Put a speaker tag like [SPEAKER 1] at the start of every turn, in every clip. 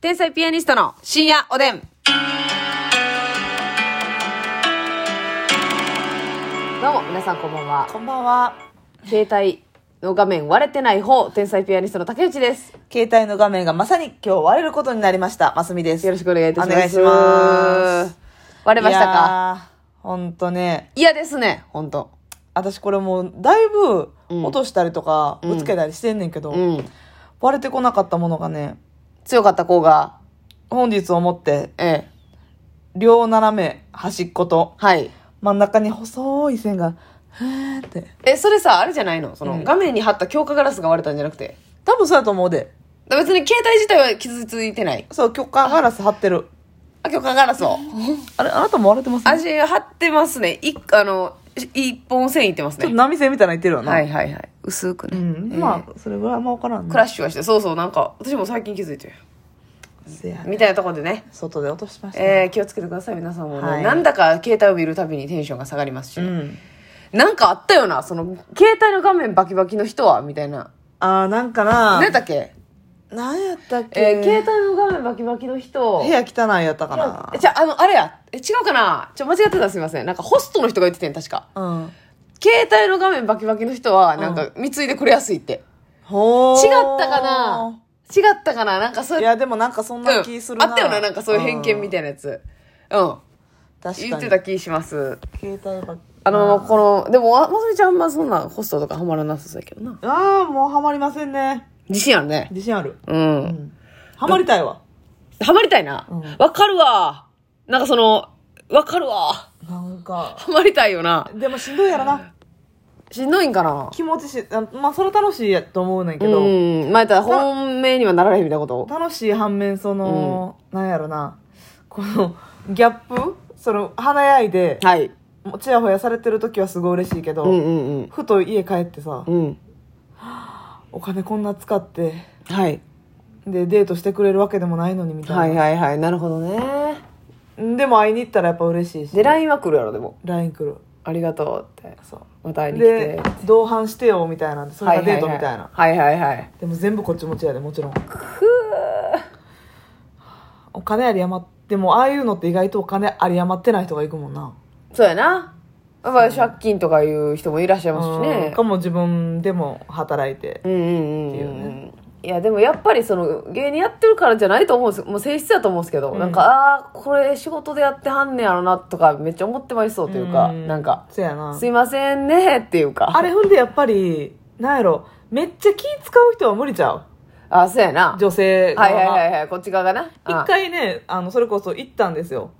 [SPEAKER 1] 天才ピアニストの深夜おでん。どうも、皆さんこんばんは。
[SPEAKER 2] こんばんは。
[SPEAKER 1] 携帯の画面割れてない方、天才ピアニストの竹内です。
[SPEAKER 2] 携帯の画面がまさに今日割れることになりました。ますみです。
[SPEAKER 1] よろしくお願いいたします。
[SPEAKER 2] お願いします。
[SPEAKER 1] 割れましたか
[SPEAKER 2] かほんとね。
[SPEAKER 1] 嫌ですね、ほんと。
[SPEAKER 2] 私これもうだいぶ
[SPEAKER 1] うん
[SPEAKER 2] 落としたりとか、ぶつけたりしてんねんけど、
[SPEAKER 1] うん。
[SPEAKER 2] 割れてこなかったものがね、
[SPEAKER 1] 強かった子が、
[SPEAKER 2] 本日をもって、
[SPEAKER 1] ええ、
[SPEAKER 2] 両斜め端っこと
[SPEAKER 1] はい。
[SPEAKER 2] 真ん中に細い線が、へーって。
[SPEAKER 1] え、それさ、あれじゃないのその、
[SPEAKER 2] うん
[SPEAKER 1] 画面に貼った強化ガラスが割れたんじゃなくて。
[SPEAKER 2] 多分そうやと思うで。
[SPEAKER 1] だ別に携帯自体は傷ついてない。
[SPEAKER 2] そう、許可ガラス貼ってる。
[SPEAKER 1] あ、強化ガラスを。
[SPEAKER 2] あれ、あなたも割れてますね。
[SPEAKER 1] 味張ってますね。いあの、し一本線いってます
[SPEAKER 2] ちょっと
[SPEAKER 1] ね。
[SPEAKER 2] 波線みたいなのいってるよな。
[SPEAKER 1] はいはいはい。薄く
[SPEAKER 2] う
[SPEAKER 1] ね。
[SPEAKER 2] ん。
[SPEAKER 1] ええ
[SPEAKER 2] まあ、それぐらいあんま分からん
[SPEAKER 1] クラッシュはして、そうそう、なんか、私も最近気づいてる。
[SPEAKER 2] せやね
[SPEAKER 1] みたいなところでね。
[SPEAKER 2] 外で落としましたね、
[SPEAKER 1] えー、気をつけてください、皆さんもね。
[SPEAKER 2] はい
[SPEAKER 1] なんだか携帯を見るたびにテンションが下がりますし、
[SPEAKER 2] うん、
[SPEAKER 1] なんかあったよな、その、携帯の画面バキバキの人は、みたいな。
[SPEAKER 2] あーなんかな
[SPEAKER 1] 何やったっけ
[SPEAKER 2] なんやったっけ、
[SPEAKER 1] えー、携帯の画面バキバキの人。
[SPEAKER 2] 部屋汚いやったか
[SPEAKER 1] えじゃあ、あの、あれや。え、違うかなちょ、間違ってたらすいません。なんか、ホストの人が言っててん、確か。
[SPEAKER 2] なうん
[SPEAKER 1] 携帯の画面バキバキの人は、なんか、貢いでくれやすいって。
[SPEAKER 2] ほー
[SPEAKER 1] 違ったかな違ったかななんかそう
[SPEAKER 2] い
[SPEAKER 1] いう、
[SPEAKER 2] やでもなんかそんな気する
[SPEAKER 1] う
[SPEAKER 2] な、
[SPEAKER 1] んあったよななんかそういう偏見みたいなやつ。うん。
[SPEAKER 2] 確かに
[SPEAKER 1] 言ってた気します。
[SPEAKER 2] 携帯が
[SPEAKER 1] あの、この、でも、あまさみちゃんあんまそんなホストとかハマらなさそうやけどな。
[SPEAKER 2] ああもうハマりませんね
[SPEAKER 1] 自信あるね。
[SPEAKER 2] 自信ある
[SPEAKER 1] うん。
[SPEAKER 2] うんハマりたいわ
[SPEAKER 1] ハマりたいな
[SPEAKER 2] うん。
[SPEAKER 1] わ、かるわ。なんかその、わかるわ。
[SPEAKER 2] なんか
[SPEAKER 1] ハマりたいよな。
[SPEAKER 2] でもしんどいやろな
[SPEAKER 1] しんどいんかな
[SPEAKER 2] 気持ちしあまあそれ楽しいやと思うねんけ
[SPEAKER 1] う
[SPEAKER 2] ど、
[SPEAKER 1] ん。まあ、言ったら本命にはなられへんみたいなこと
[SPEAKER 2] 楽しい反面その、なんやろなこのギャップその華やいで
[SPEAKER 1] はい。
[SPEAKER 2] もうちやほやされてる時はすごい嬉しいけど、
[SPEAKER 1] うんうん
[SPEAKER 2] ふと家帰ってさ、
[SPEAKER 1] うん。うん。
[SPEAKER 2] お金こんな使って
[SPEAKER 1] はい。
[SPEAKER 2] でデートしてくれるわけでもないのにみた
[SPEAKER 1] はいい
[SPEAKER 2] な、
[SPEAKER 1] はいはい。なるほどね。
[SPEAKER 2] でも会いに行ったらやっぱ嬉しいし
[SPEAKER 1] で、LINE は来るやろ、でも。
[SPEAKER 2] LINE 来る
[SPEAKER 1] ありがとうって。
[SPEAKER 2] そ
[SPEAKER 1] また会いうに来て
[SPEAKER 2] で。同伴してよみたいなんでそれがデートみたいな、
[SPEAKER 1] はいはいはい。
[SPEAKER 2] でも全部こっち持ちやでもちろんお金あり余ってもああいうのって意外とお金あり余ってない人が行くもんな
[SPEAKER 1] そうやな。やっぱり借金とかいう人もいらっしゃいますし
[SPEAKER 2] うん
[SPEAKER 1] ね
[SPEAKER 2] か。も自分でも働いて
[SPEAKER 1] うんうんうん。
[SPEAKER 2] っていううん
[SPEAKER 1] いやでもやっぱりその芸人やってるからじゃないと思うんですもう性質だと思うんですけど、
[SPEAKER 2] うん
[SPEAKER 1] なんかああーこれ仕事でやってはんねやろなとかめっちゃ思ってまいそうというか、
[SPEAKER 2] ん
[SPEAKER 1] なんか
[SPEAKER 2] そ
[SPEAKER 1] 「
[SPEAKER 2] やな
[SPEAKER 1] すいませんね」っていうか
[SPEAKER 2] あれほんでやっぱりなんやろめっちゃ気使う人は無理ちゃう
[SPEAKER 1] あそうやな
[SPEAKER 2] 女性
[SPEAKER 1] はい
[SPEAKER 2] 側
[SPEAKER 1] はいはい
[SPEAKER 2] は
[SPEAKER 1] はいこっち側がな
[SPEAKER 2] 一回ねあのそれこそ行ったんですよ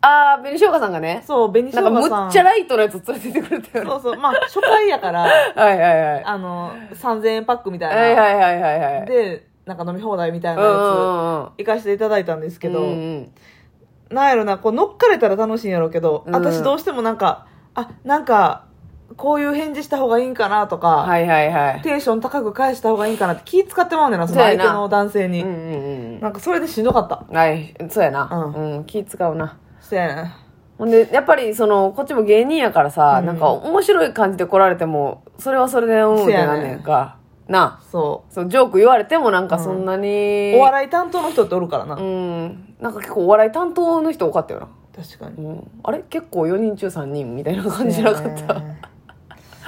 [SPEAKER 1] ああー紅しょうがさんがね
[SPEAKER 2] そう紅し
[SPEAKER 1] な
[SPEAKER 2] ょうんがさん
[SPEAKER 1] かむっちゃライトのやつ連れてってくれたよね
[SPEAKER 2] そうそうまあ初回やから
[SPEAKER 1] はいはいはい
[SPEAKER 2] あの3000円パックみたいな、
[SPEAKER 1] はいはいはいはいはい
[SPEAKER 2] でなんか飲み放題みたいな
[SPEAKER 1] うんうんう
[SPEAKER 2] や
[SPEAKER 1] んうん
[SPEAKER 2] つ行かせていただいたんですけど、
[SPEAKER 1] うんうん
[SPEAKER 2] なんやろなこう乗っかれたら楽しいんやろうけど、
[SPEAKER 1] うん
[SPEAKER 2] 私どうしてもなんかあなんかこういう返事した方がいいんかなとか、
[SPEAKER 1] はいはいはい
[SPEAKER 2] テンション高く返した方がいいんかなって気使ってまうねんなその
[SPEAKER 1] そうや
[SPEAKER 2] 相
[SPEAKER 1] な
[SPEAKER 2] 手の男性に、
[SPEAKER 1] うんうんうん
[SPEAKER 2] なんかそれでしんどかった
[SPEAKER 1] うんはいそうやな
[SPEAKER 2] う
[SPEAKER 1] うん、気使うな
[SPEAKER 2] そうやね
[SPEAKER 1] ほんでやっぱりそのこっちも芸人やからさ、
[SPEAKER 2] うん
[SPEAKER 1] なんか面白い感じで来られてもそれはそれでうんって
[SPEAKER 2] そうやね
[SPEAKER 1] なんねんかな
[SPEAKER 2] そ
[SPEAKER 1] あそのジョーク言われてもなんか
[SPEAKER 2] うん
[SPEAKER 1] そんなに、
[SPEAKER 2] うお笑い担当の人っておるからな、
[SPEAKER 1] うんなんか結構お笑い担当の人多かったよな、
[SPEAKER 2] 確かに
[SPEAKER 1] うん、あれ結構4人中3人みたいな感じじゃなかった、
[SPEAKER 2] そうやね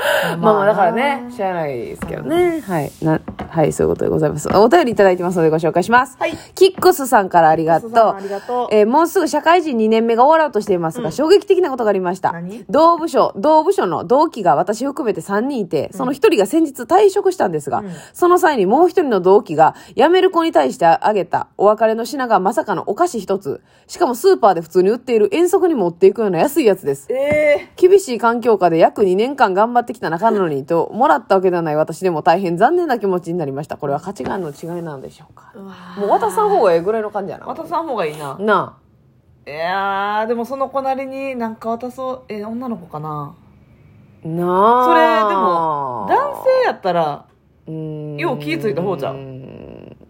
[SPEAKER 1] まあまあだからね、知らないですけどね。はい。な、はい、そういうことでございます。お便りいただいてますのでご紹介します。
[SPEAKER 2] はい
[SPEAKER 1] キックスさんからありがと
[SPEAKER 2] キックスさん
[SPEAKER 1] う。
[SPEAKER 2] ありがとう
[SPEAKER 1] えーもうすぐ社会人2年目が終わろうとしていますが、衝撃的なことがありました
[SPEAKER 2] 何。
[SPEAKER 1] 同部署、同部署の同期が私含めて3人いて、その1人が先日退職したんですが、
[SPEAKER 2] うん
[SPEAKER 1] その際にもう1人の同期が辞める子に対してあげたお別れの品がまさかのお菓子1つ、しかもスーパーで普通に売っている遠足に持っていくような安いやつです。
[SPEAKER 2] え
[SPEAKER 1] 厳しい環境下で約2年間頑張ってきた中なのにと、もらったわけではない私でも大変残念な気持ちになりました。これは価値観の違いなんでしょうか
[SPEAKER 2] え。
[SPEAKER 1] もう渡さん方がええぐらいの感じやな。
[SPEAKER 2] 渡さん方がいいな。
[SPEAKER 1] ない
[SPEAKER 2] やー、でもその子なりになんか渡そう。え、女の子かな
[SPEAKER 1] あ。なあ。
[SPEAKER 2] それでも男性やったら、
[SPEAKER 1] 性
[SPEAKER 2] よう気ぃついた方じゃん
[SPEAKER 1] ん。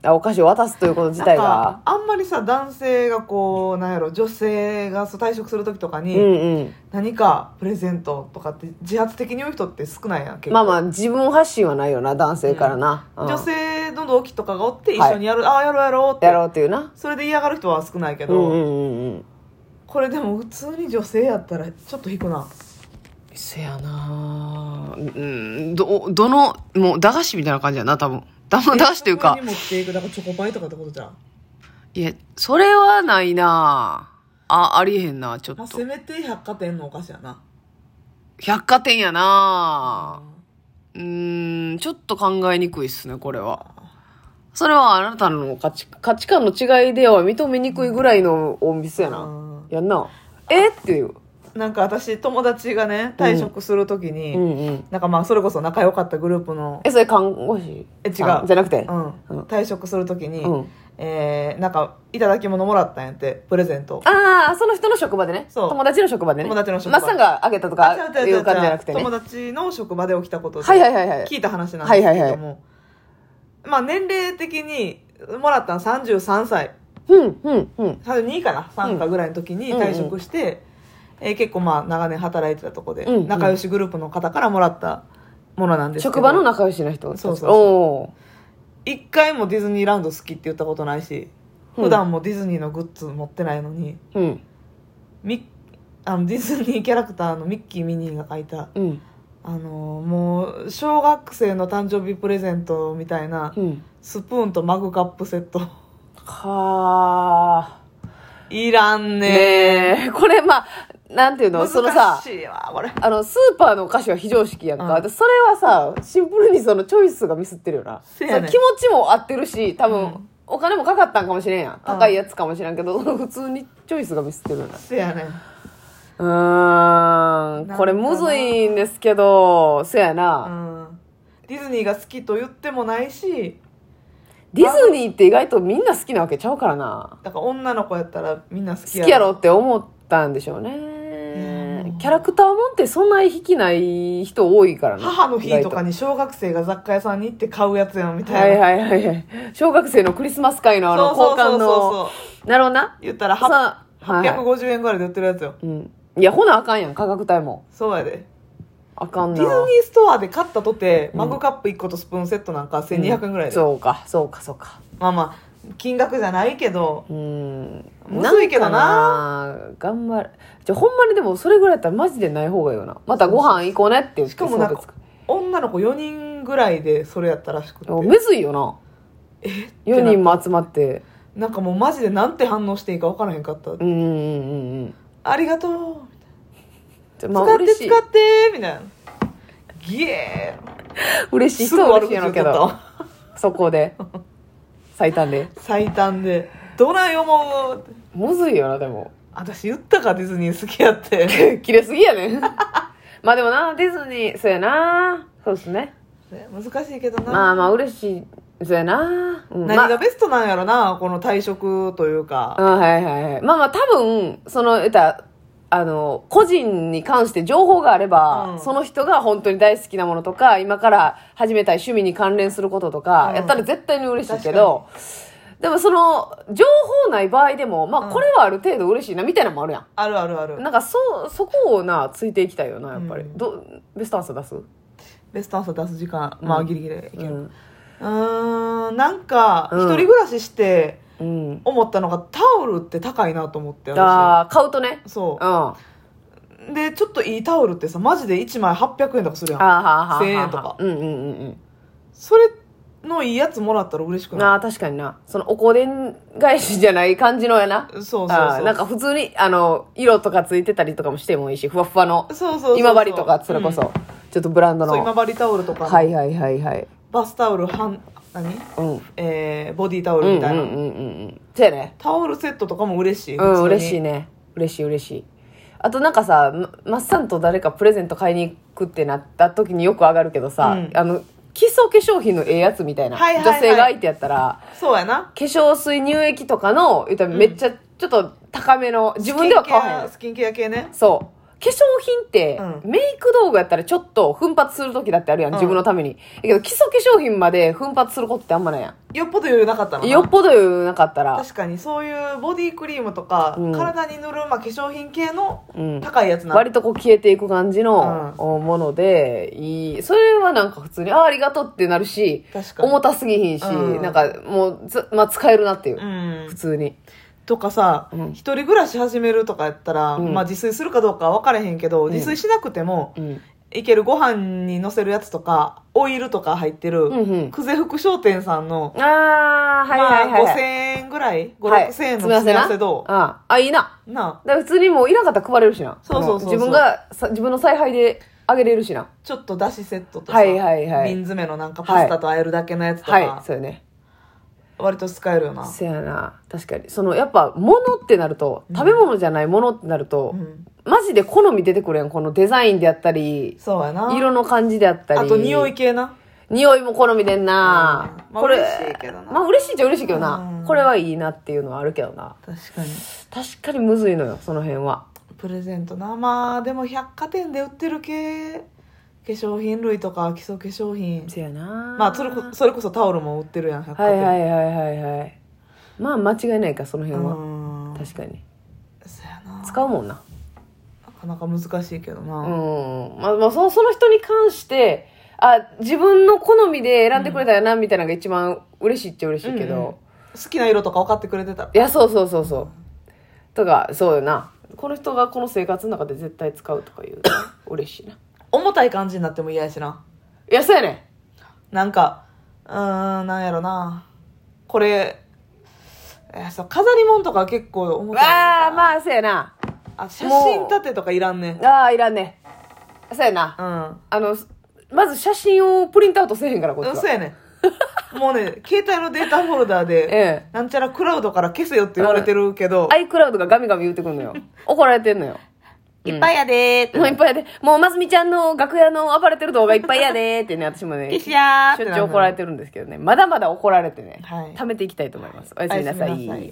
[SPEAKER 1] あお菓子を渡すということ自体
[SPEAKER 2] なんか
[SPEAKER 1] が。
[SPEAKER 2] あんまりさ男性がこうなんやろ女性がそう退職する時とか
[SPEAKER 1] う
[SPEAKER 2] に、
[SPEAKER 1] んうん。
[SPEAKER 2] 何かプレゼントとかって自発的に言う人って少ないやん結構
[SPEAKER 1] まあまあ、自分発信はないよな、男性からな。うん
[SPEAKER 2] 女性の同期とかがおって一
[SPEAKER 1] はい
[SPEAKER 2] 緒にやる、ああやろうやろうって
[SPEAKER 1] やろうっていうな。
[SPEAKER 2] それで嫌がる人は少ないけ
[SPEAKER 1] う
[SPEAKER 2] ど、
[SPEAKER 1] んうんうんうん。
[SPEAKER 2] これでも普通に女性やったらちょっと引くな
[SPEAKER 1] せやなうん、ど、どの、もう、駄菓子みたいな感じやな、多分。だ駄菓子というか
[SPEAKER 2] ここ。に持っていくだからチョコパイとかってことじゃん
[SPEAKER 1] いや、それはないなあ、ありえへんな、ちょっ
[SPEAKER 2] まあ、
[SPEAKER 1] と
[SPEAKER 2] せ。めて百貨店のお菓子やな
[SPEAKER 1] 百貨店やなうーん、ちょっと考えにくいっすね、これは。それはあなたの価値価値観の違いでは認めにくいぐらいのお店やな。
[SPEAKER 2] う
[SPEAKER 1] やんな。えっていう。
[SPEAKER 2] んなんか私友達がね退職するときに、
[SPEAKER 1] うんうん。
[SPEAKER 2] なんかまあそれこそ仲良かったグループの、
[SPEAKER 1] え、それ看護師
[SPEAKER 2] え違う
[SPEAKER 1] さんじゃなくて
[SPEAKER 2] う。ん、退職するときに、
[SPEAKER 1] うん
[SPEAKER 2] えーなんかいただき物もらったんやってプレゼント
[SPEAKER 1] ああ、その人の職場でね。
[SPEAKER 2] そう
[SPEAKER 1] 友達の職場でね。
[SPEAKER 2] 友達の職場
[SPEAKER 1] マッサンがあげたとか
[SPEAKER 2] あ
[SPEAKER 1] い
[SPEAKER 2] 違
[SPEAKER 1] う
[SPEAKER 2] う違う違う違う
[SPEAKER 1] 感じじゃなくてね。
[SPEAKER 2] 友達の職場で起きたことで、
[SPEAKER 1] はいはいはいはい。
[SPEAKER 2] 聞いた話なんですけども、
[SPEAKER 1] はいはい
[SPEAKER 2] まあ年齢的にもらったの33歳
[SPEAKER 1] うん、うん、うん。
[SPEAKER 2] 32かな3かぐらいの時に退職して、えー結構まあ長年働いてたとこで、
[SPEAKER 1] うんうん
[SPEAKER 2] 仲良しグループの方からもらったものなんですけど
[SPEAKER 1] 職場の仲良しな人。
[SPEAKER 2] そうそうそう
[SPEAKER 1] おー
[SPEAKER 2] 一回もディズニーランド好きって言ったことないし
[SPEAKER 1] うん
[SPEAKER 2] 普段もディズニーのグッズ持ってないのに、
[SPEAKER 1] うん。
[SPEAKER 2] ミッあのディズニーキャラクターのミッキー・ミニーが描いた
[SPEAKER 1] うん。
[SPEAKER 2] あのーもう小学生の誕生日プレゼントみたいな
[SPEAKER 1] うん。
[SPEAKER 2] スプーンとマグカップセット
[SPEAKER 1] はあ。
[SPEAKER 2] いらんね
[SPEAKER 1] ねえ、これまあ、なんていうの、
[SPEAKER 2] 難
[SPEAKER 1] そのさ、
[SPEAKER 2] しいわこれ
[SPEAKER 1] あの、スーパーのお菓子は非常識やんか。
[SPEAKER 2] うん
[SPEAKER 1] でそれはさ、シンプルにそのチョイスがミスってるよな。
[SPEAKER 2] せやねん
[SPEAKER 1] その気持ちも合ってるし、多分、
[SPEAKER 2] うん
[SPEAKER 1] お金もかかったんかもしれんやん。高いやつかもしれんけど、普通にチョイスがミスってるよな。
[SPEAKER 2] せやねん
[SPEAKER 1] うーん、これむずいんですけど、そやな。
[SPEAKER 2] うんディズニーが好きと言ってもないし
[SPEAKER 1] ディズニーって意外とみんな好きなわけちゃうからな。
[SPEAKER 2] だから女の子やったらみんな好き
[SPEAKER 1] 好
[SPEAKER 2] や
[SPEAKER 1] きやろ
[SPEAKER 2] ろ
[SPEAKER 1] って思ったんでしょう
[SPEAKER 2] や
[SPEAKER 1] ね
[SPEAKER 2] もう
[SPEAKER 1] キャラクターもんってそんな引きない人多いからな
[SPEAKER 2] 母の日とか
[SPEAKER 1] に
[SPEAKER 2] に小学生が雑貨屋さんに行って買うやつやんみた
[SPEAKER 1] はいい
[SPEAKER 2] な、
[SPEAKER 1] はいはいはい小学生のクリスマス会のあの
[SPEAKER 2] そうそ
[SPEAKER 1] 交
[SPEAKER 2] うそ
[SPEAKER 1] 換
[SPEAKER 2] うそう
[SPEAKER 1] のなるほどな
[SPEAKER 2] 言ったらは
[SPEAKER 1] さあはいはい
[SPEAKER 2] 850円ぐらいで売ってるやつよ
[SPEAKER 1] うんいやほなあかんやん価格帯も
[SPEAKER 2] そうやで
[SPEAKER 1] あかん
[SPEAKER 2] ディ
[SPEAKER 1] な
[SPEAKER 2] ズニーストアで買ったとて、マグカップ1個とスプーンセットなんか1200円ぐらいで、
[SPEAKER 1] そうかそうかそうか
[SPEAKER 2] まあまあ金額じゃないけど
[SPEAKER 1] うん
[SPEAKER 2] むずいけどなん
[SPEAKER 1] かな頑張れじゃあほんまにでもそれぐらいやったらマジでない方がいいよなまたご飯行こうねって言って
[SPEAKER 2] しかもなん
[SPEAKER 1] 送別
[SPEAKER 2] か女の子4人ぐらいでそれやったらしくて
[SPEAKER 1] 会むずいよな4人も集まって
[SPEAKER 2] なんかもうマジでなんて反応していいか分からへんかった、
[SPEAKER 1] うんうんうんうん
[SPEAKER 2] ありがとう
[SPEAKER 1] じゃあまあ
[SPEAKER 2] 使っ
[SPEAKER 1] 嬉
[SPEAKER 2] て
[SPEAKER 1] し
[SPEAKER 2] 使
[SPEAKER 1] い
[SPEAKER 2] ってみたいなギエ
[SPEAKER 1] 嬉し
[SPEAKER 2] ー
[SPEAKER 1] い
[SPEAKER 2] す
[SPEAKER 1] 人
[SPEAKER 2] ぐ
[SPEAKER 1] は
[SPEAKER 2] 悪
[SPEAKER 1] 嬉しい
[SPEAKER 2] 口
[SPEAKER 1] や
[SPEAKER 2] 言
[SPEAKER 1] ろ
[SPEAKER 2] っ
[SPEAKER 1] う
[SPEAKER 2] て
[SPEAKER 1] けど
[SPEAKER 2] た
[SPEAKER 1] そこで最短で
[SPEAKER 2] 最短でどない思う
[SPEAKER 1] むずいよなでも
[SPEAKER 2] 私言ったかディズニー好きやって
[SPEAKER 1] 切れすぎやねん まあでもなディズニーそうやなそうですね
[SPEAKER 2] ね難しいけどな、
[SPEAKER 1] まあまあ嬉しいそうやな、うん、
[SPEAKER 2] 何
[SPEAKER 1] ま
[SPEAKER 2] がベストなんやろなこの退職というか
[SPEAKER 1] あ、うんはいはいはいまあまあ多分その言ったらあの個人に関して情報があれば、
[SPEAKER 2] うん
[SPEAKER 1] その人が本当に大好きなものとか今から始めたい趣味に関連することとか、
[SPEAKER 2] うん
[SPEAKER 1] やったら絶対に嬉しいけどでもその情報ない場合でもま
[SPEAKER 2] う
[SPEAKER 1] あ
[SPEAKER 2] ん
[SPEAKER 1] これはある程度嬉しいなみたいなのもあるやん
[SPEAKER 2] あるあるある
[SPEAKER 1] なんかそうそこをなついていきたいよなやっぱり、
[SPEAKER 2] うん
[SPEAKER 1] どベストアンサー出す
[SPEAKER 2] ベストアンサー出す時間、
[SPEAKER 1] うん
[SPEAKER 2] まあギリギリでいけ
[SPEAKER 1] う
[SPEAKER 2] る
[SPEAKER 1] ん、
[SPEAKER 2] うーんなんか
[SPEAKER 1] うん
[SPEAKER 2] 一人暮らしして
[SPEAKER 1] うん、
[SPEAKER 2] 思ったのがタオルって高いなと思って私
[SPEAKER 1] あー買うとね
[SPEAKER 2] そ
[SPEAKER 1] うんあ
[SPEAKER 2] うでちょっといいタオルってさマジで1枚800円とかするや
[SPEAKER 1] ー
[SPEAKER 2] ん
[SPEAKER 1] はーはーはー
[SPEAKER 2] 1000円とか
[SPEAKER 1] うんうんうん
[SPEAKER 2] それのいいやつもらったら嬉しく
[SPEAKER 1] うんあ
[SPEAKER 2] な
[SPEAKER 1] あ確かになそのおこでん返しじゃない感じのやない
[SPEAKER 2] そうそうそう
[SPEAKER 1] あーなんか普通にあの色とかついてたりとかもしてもいいしふわふわの
[SPEAKER 2] そうそうそうそう
[SPEAKER 1] 今治とかそれこそ、
[SPEAKER 2] うん
[SPEAKER 1] ちょっとブランドの
[SPEAKER 2] そう今治タオルとか、
[SPEAKER 1] はいはいはいはい
[SPEAKER 2] バスタオル半何、
[SPEAKER 1] うん
[SPEAKER 2] えー、ボディタ
[SPEAKER 1] う
[SPEAKER 2] オ
[SPEAKER 1] ん
[SPEAKER 2] ル
[SPEAKER 1] う
[SPEAKER 2] み
[SPEAKER 1] んうん
[SPEAKER 2] たいな、
[SPEAKER 1] うんうんそうやね
[SPEAKER 2] タオルセットとかも嬉しい、
[SPEAKER 1] うん嬉しい
[SPEAKER 2] ね
[SPEAKER 1] ね嬉しい嬉しいあとなんかさまマッサンと誰かプレゼント買いに行くってなった時によく上がるけどさ、
[SPEAKER 2] うん
[SPEAKER 1] あの基礎化粧品のええやつみたいな、
[SPEAKER 2] はいはいはい
[SPEAKER 1] 女性が相手やったら
[SPEAKER 2] そうやな
[SPEAKER 1] 化粧水乳液とかの言うたらめっちゃちょっと高めの、自分では買わへん
[SPEAKER 2] スキンケアスキンケア系ね
[SPEAKER 1] そう粧品って、
[SPEAKER 2] う
[SPEAKER 1] メイク道具やったらちょっと奮発する時だってあるやん、
[SPEAKER 2] うん
[SPEAKER 1] 自分のために。だけど、基礎化粧品まで奮発することってあんまないや
[SPEAKER 2] よっぽど余裕なかったの
[SPEAKER 1] ん。
[SPEAKER 2] か
[SPEAKER 1] よっぽど余裕なかったら。
[SPEAKER 2] 確かにそういうボディクリームとか、
[SPEAKER 1] うん
[SPEAKER 2] 体に塗る、まあ、化粧品系の
[SPEAKER 1] うん。
[SPEAKER 2] 高いやつな、
[SPEAKER 1] 割とこう消えていく感じのもので、いい。それはなんか普通に、ああ、ありがとうってなるし、
[SPEAKER 2] 確かに
[SPEAKER 1] 重たすぎひんし、
[SPEAKER 2] うん
[SPEAKER 1] なんかもうず、まあ、使えるなっていう。
[SPEAKER 2] うん
[SPEAKER 1] 普通に。
[SPEAKER 2] とかさ、
[SPEAKER 1] うん
[SPEAKER 2] 一人暮らし始めるとかやったら、
[SPEAKER 1] うん
[SPEAKER 2] まあ、自炊するかどうかは分からへんけど、
[SPEAKER 1] ん
[SPEAKER 2] 自炊しなくても
[SPEAKER 1] うん。
[SPEAKER 2] いけるご飯にのせるやつとかオイルとか入ってる、
[SPEAKER 1] うんうん。
[SPEAKER 2] 久世福商店さんの、
[SPEAKER 1] ああ、はいはいはい。
[SPEAKER 2] まあ、5000円ぐらい56000、
[SPEAKER 1] はい
[SPEAKER 2] 円の詰め合わせどう、
[SPEAKER 1] ああ、いいな。
[SPEAKER 2] なあ
[SPEAKER 1] だから普通にもういなかったら配れるしな。
[SPEAKER 2] そうそうそうそう
[SPEAKER 1] 自分がさ、自分の采配であげれるしな。
[SPEAKER 2] ちょっとだしセットとさ、
[SPEAKER 1] はいはいはい
[SPEAKER 2] 瓶詰めのなんかパスタと和えるだけのやつとか、
[SPEAKER 1] はい、そうよね。
[SPEAKER 2] 割と使えるよな、
[SPEAKER 1] せやな。確かに。その、やっぱ、物ってなると、
[SPEAKER 2] うん
[SPEAKER 1] 食べ物じゃないものってなると
[SPEAKER 2] う、ん、
[SPEAKER 1] マジで好み出てくるやん。このデザインであったり、
[SPEAKER 2] そうやな
[SPEAKER 1] 色の感じであったり。
[SPEAKER 2] あと匂い。系な
[SPEAKER 1] 匂いも好みでんな。
[SPEAKER 2] うんまあ
[SPEAKER 1] これ、
[SPEAKER 2] 嬉しいけどな
[SPEAKER 1] まあ嬉しいっちゃ嬉しいけどな
[SPEAKER 2] う。ん
[SPEAKER 1] これはいいなっていうのはあるけどな。
[SPEAKER 2] 確かに
[SPEAKER 1] 確かにむずいのよ、その辺は。
[SPEAKER 2] プレゼントなまあでも百貨店で売ってる系化粧品類とか基礎化粧品
[SPEAKER 1] せやな。
[SPEAKER 2] まあそれこそれこそタオルも売ってるやん百貨
[SPEAKER 1] はい
[SPEAKER 2] 店、
[SPEAKER 1] はいはいはいはいまあ間違いないかその
[SPEAKER 2] う
[SPEAKER 1] 辺は
[SPEAKER 2] ん
[SPEAKER 1] 確かに
[SPEAKER 2] そうやな
[SPEAKER 1] 使うもんな
[SPEAKER 2] なかなか難しいけど
[SPEAKER 1] う
[SPEAKER 2] な、
[SPEAKER 1] んまあ、まあ、そその人に関してあ自分の好みで選んでくれたよなみたいなのが一番嬉しいっちゃ嬉しいけど、
[SPEAKER 2] うんうん好きな色とか分かってくれてたら
[SPEAKER 1] いやそうそうそうそうとかそうよなこの人がこの生活の中で絶対使うとかいうのは嬉しいな
[SPEAKER 2] 重たい感じになっても嫌やしない
[SPEAKER 1] やそうやね
[SPEAKER 2] なんかうーんなんやろなこれえーそう飾り物とか結構重
[SPEAKER 1] ん
[SPEAKER 2] たい
[SPEAKER 1] わあ
[SPEAKER 2] あ
[SPEAKER 1] まあそうやな
[SPEAKER 2] あ写真立てとかいらんね
[SPEAKER 1] ああいらんねそうやな
[SPEAKER 2] うん
[SPEAKER 1] あのまず写真をプリントアウトせえへんからこっちは
[SPEAKER 2] うんそうやねんもうね携帯のデータフォルダーで
[SPEAKER 1] ええ
[SPEAKER 2] なんちゃらクラウドから消せよって言われてるけど、
[SPEAKER 1] アイクラウドがガミガミ言うてくんの よ。怒られてんのよ。
[SPEAKER 2] いっぱいやでーって
[SPEAKER 1] もういっぱいやで。もう、ますみちゃんの楽屋の暴れてる動画いっぱいやでーってね、私も ね、
[SPEAKER 2] 消
[SPEAKER 1] し
[SPEAKER 2] しやーって
[SPEAKER 1] ょっちゅう怒られ
[SPEAKER 2] て
[SPEAKER 1] てるんですけどね。まだまだ怒られてね、
[SPEAKER 2] はい
[SPEAKER 1] 貯めていきたいと思います。おやすみなさ
[SPEAKER 2] おやすみなさ
[SPEAKER 1] い
[SPEAKER 2] い。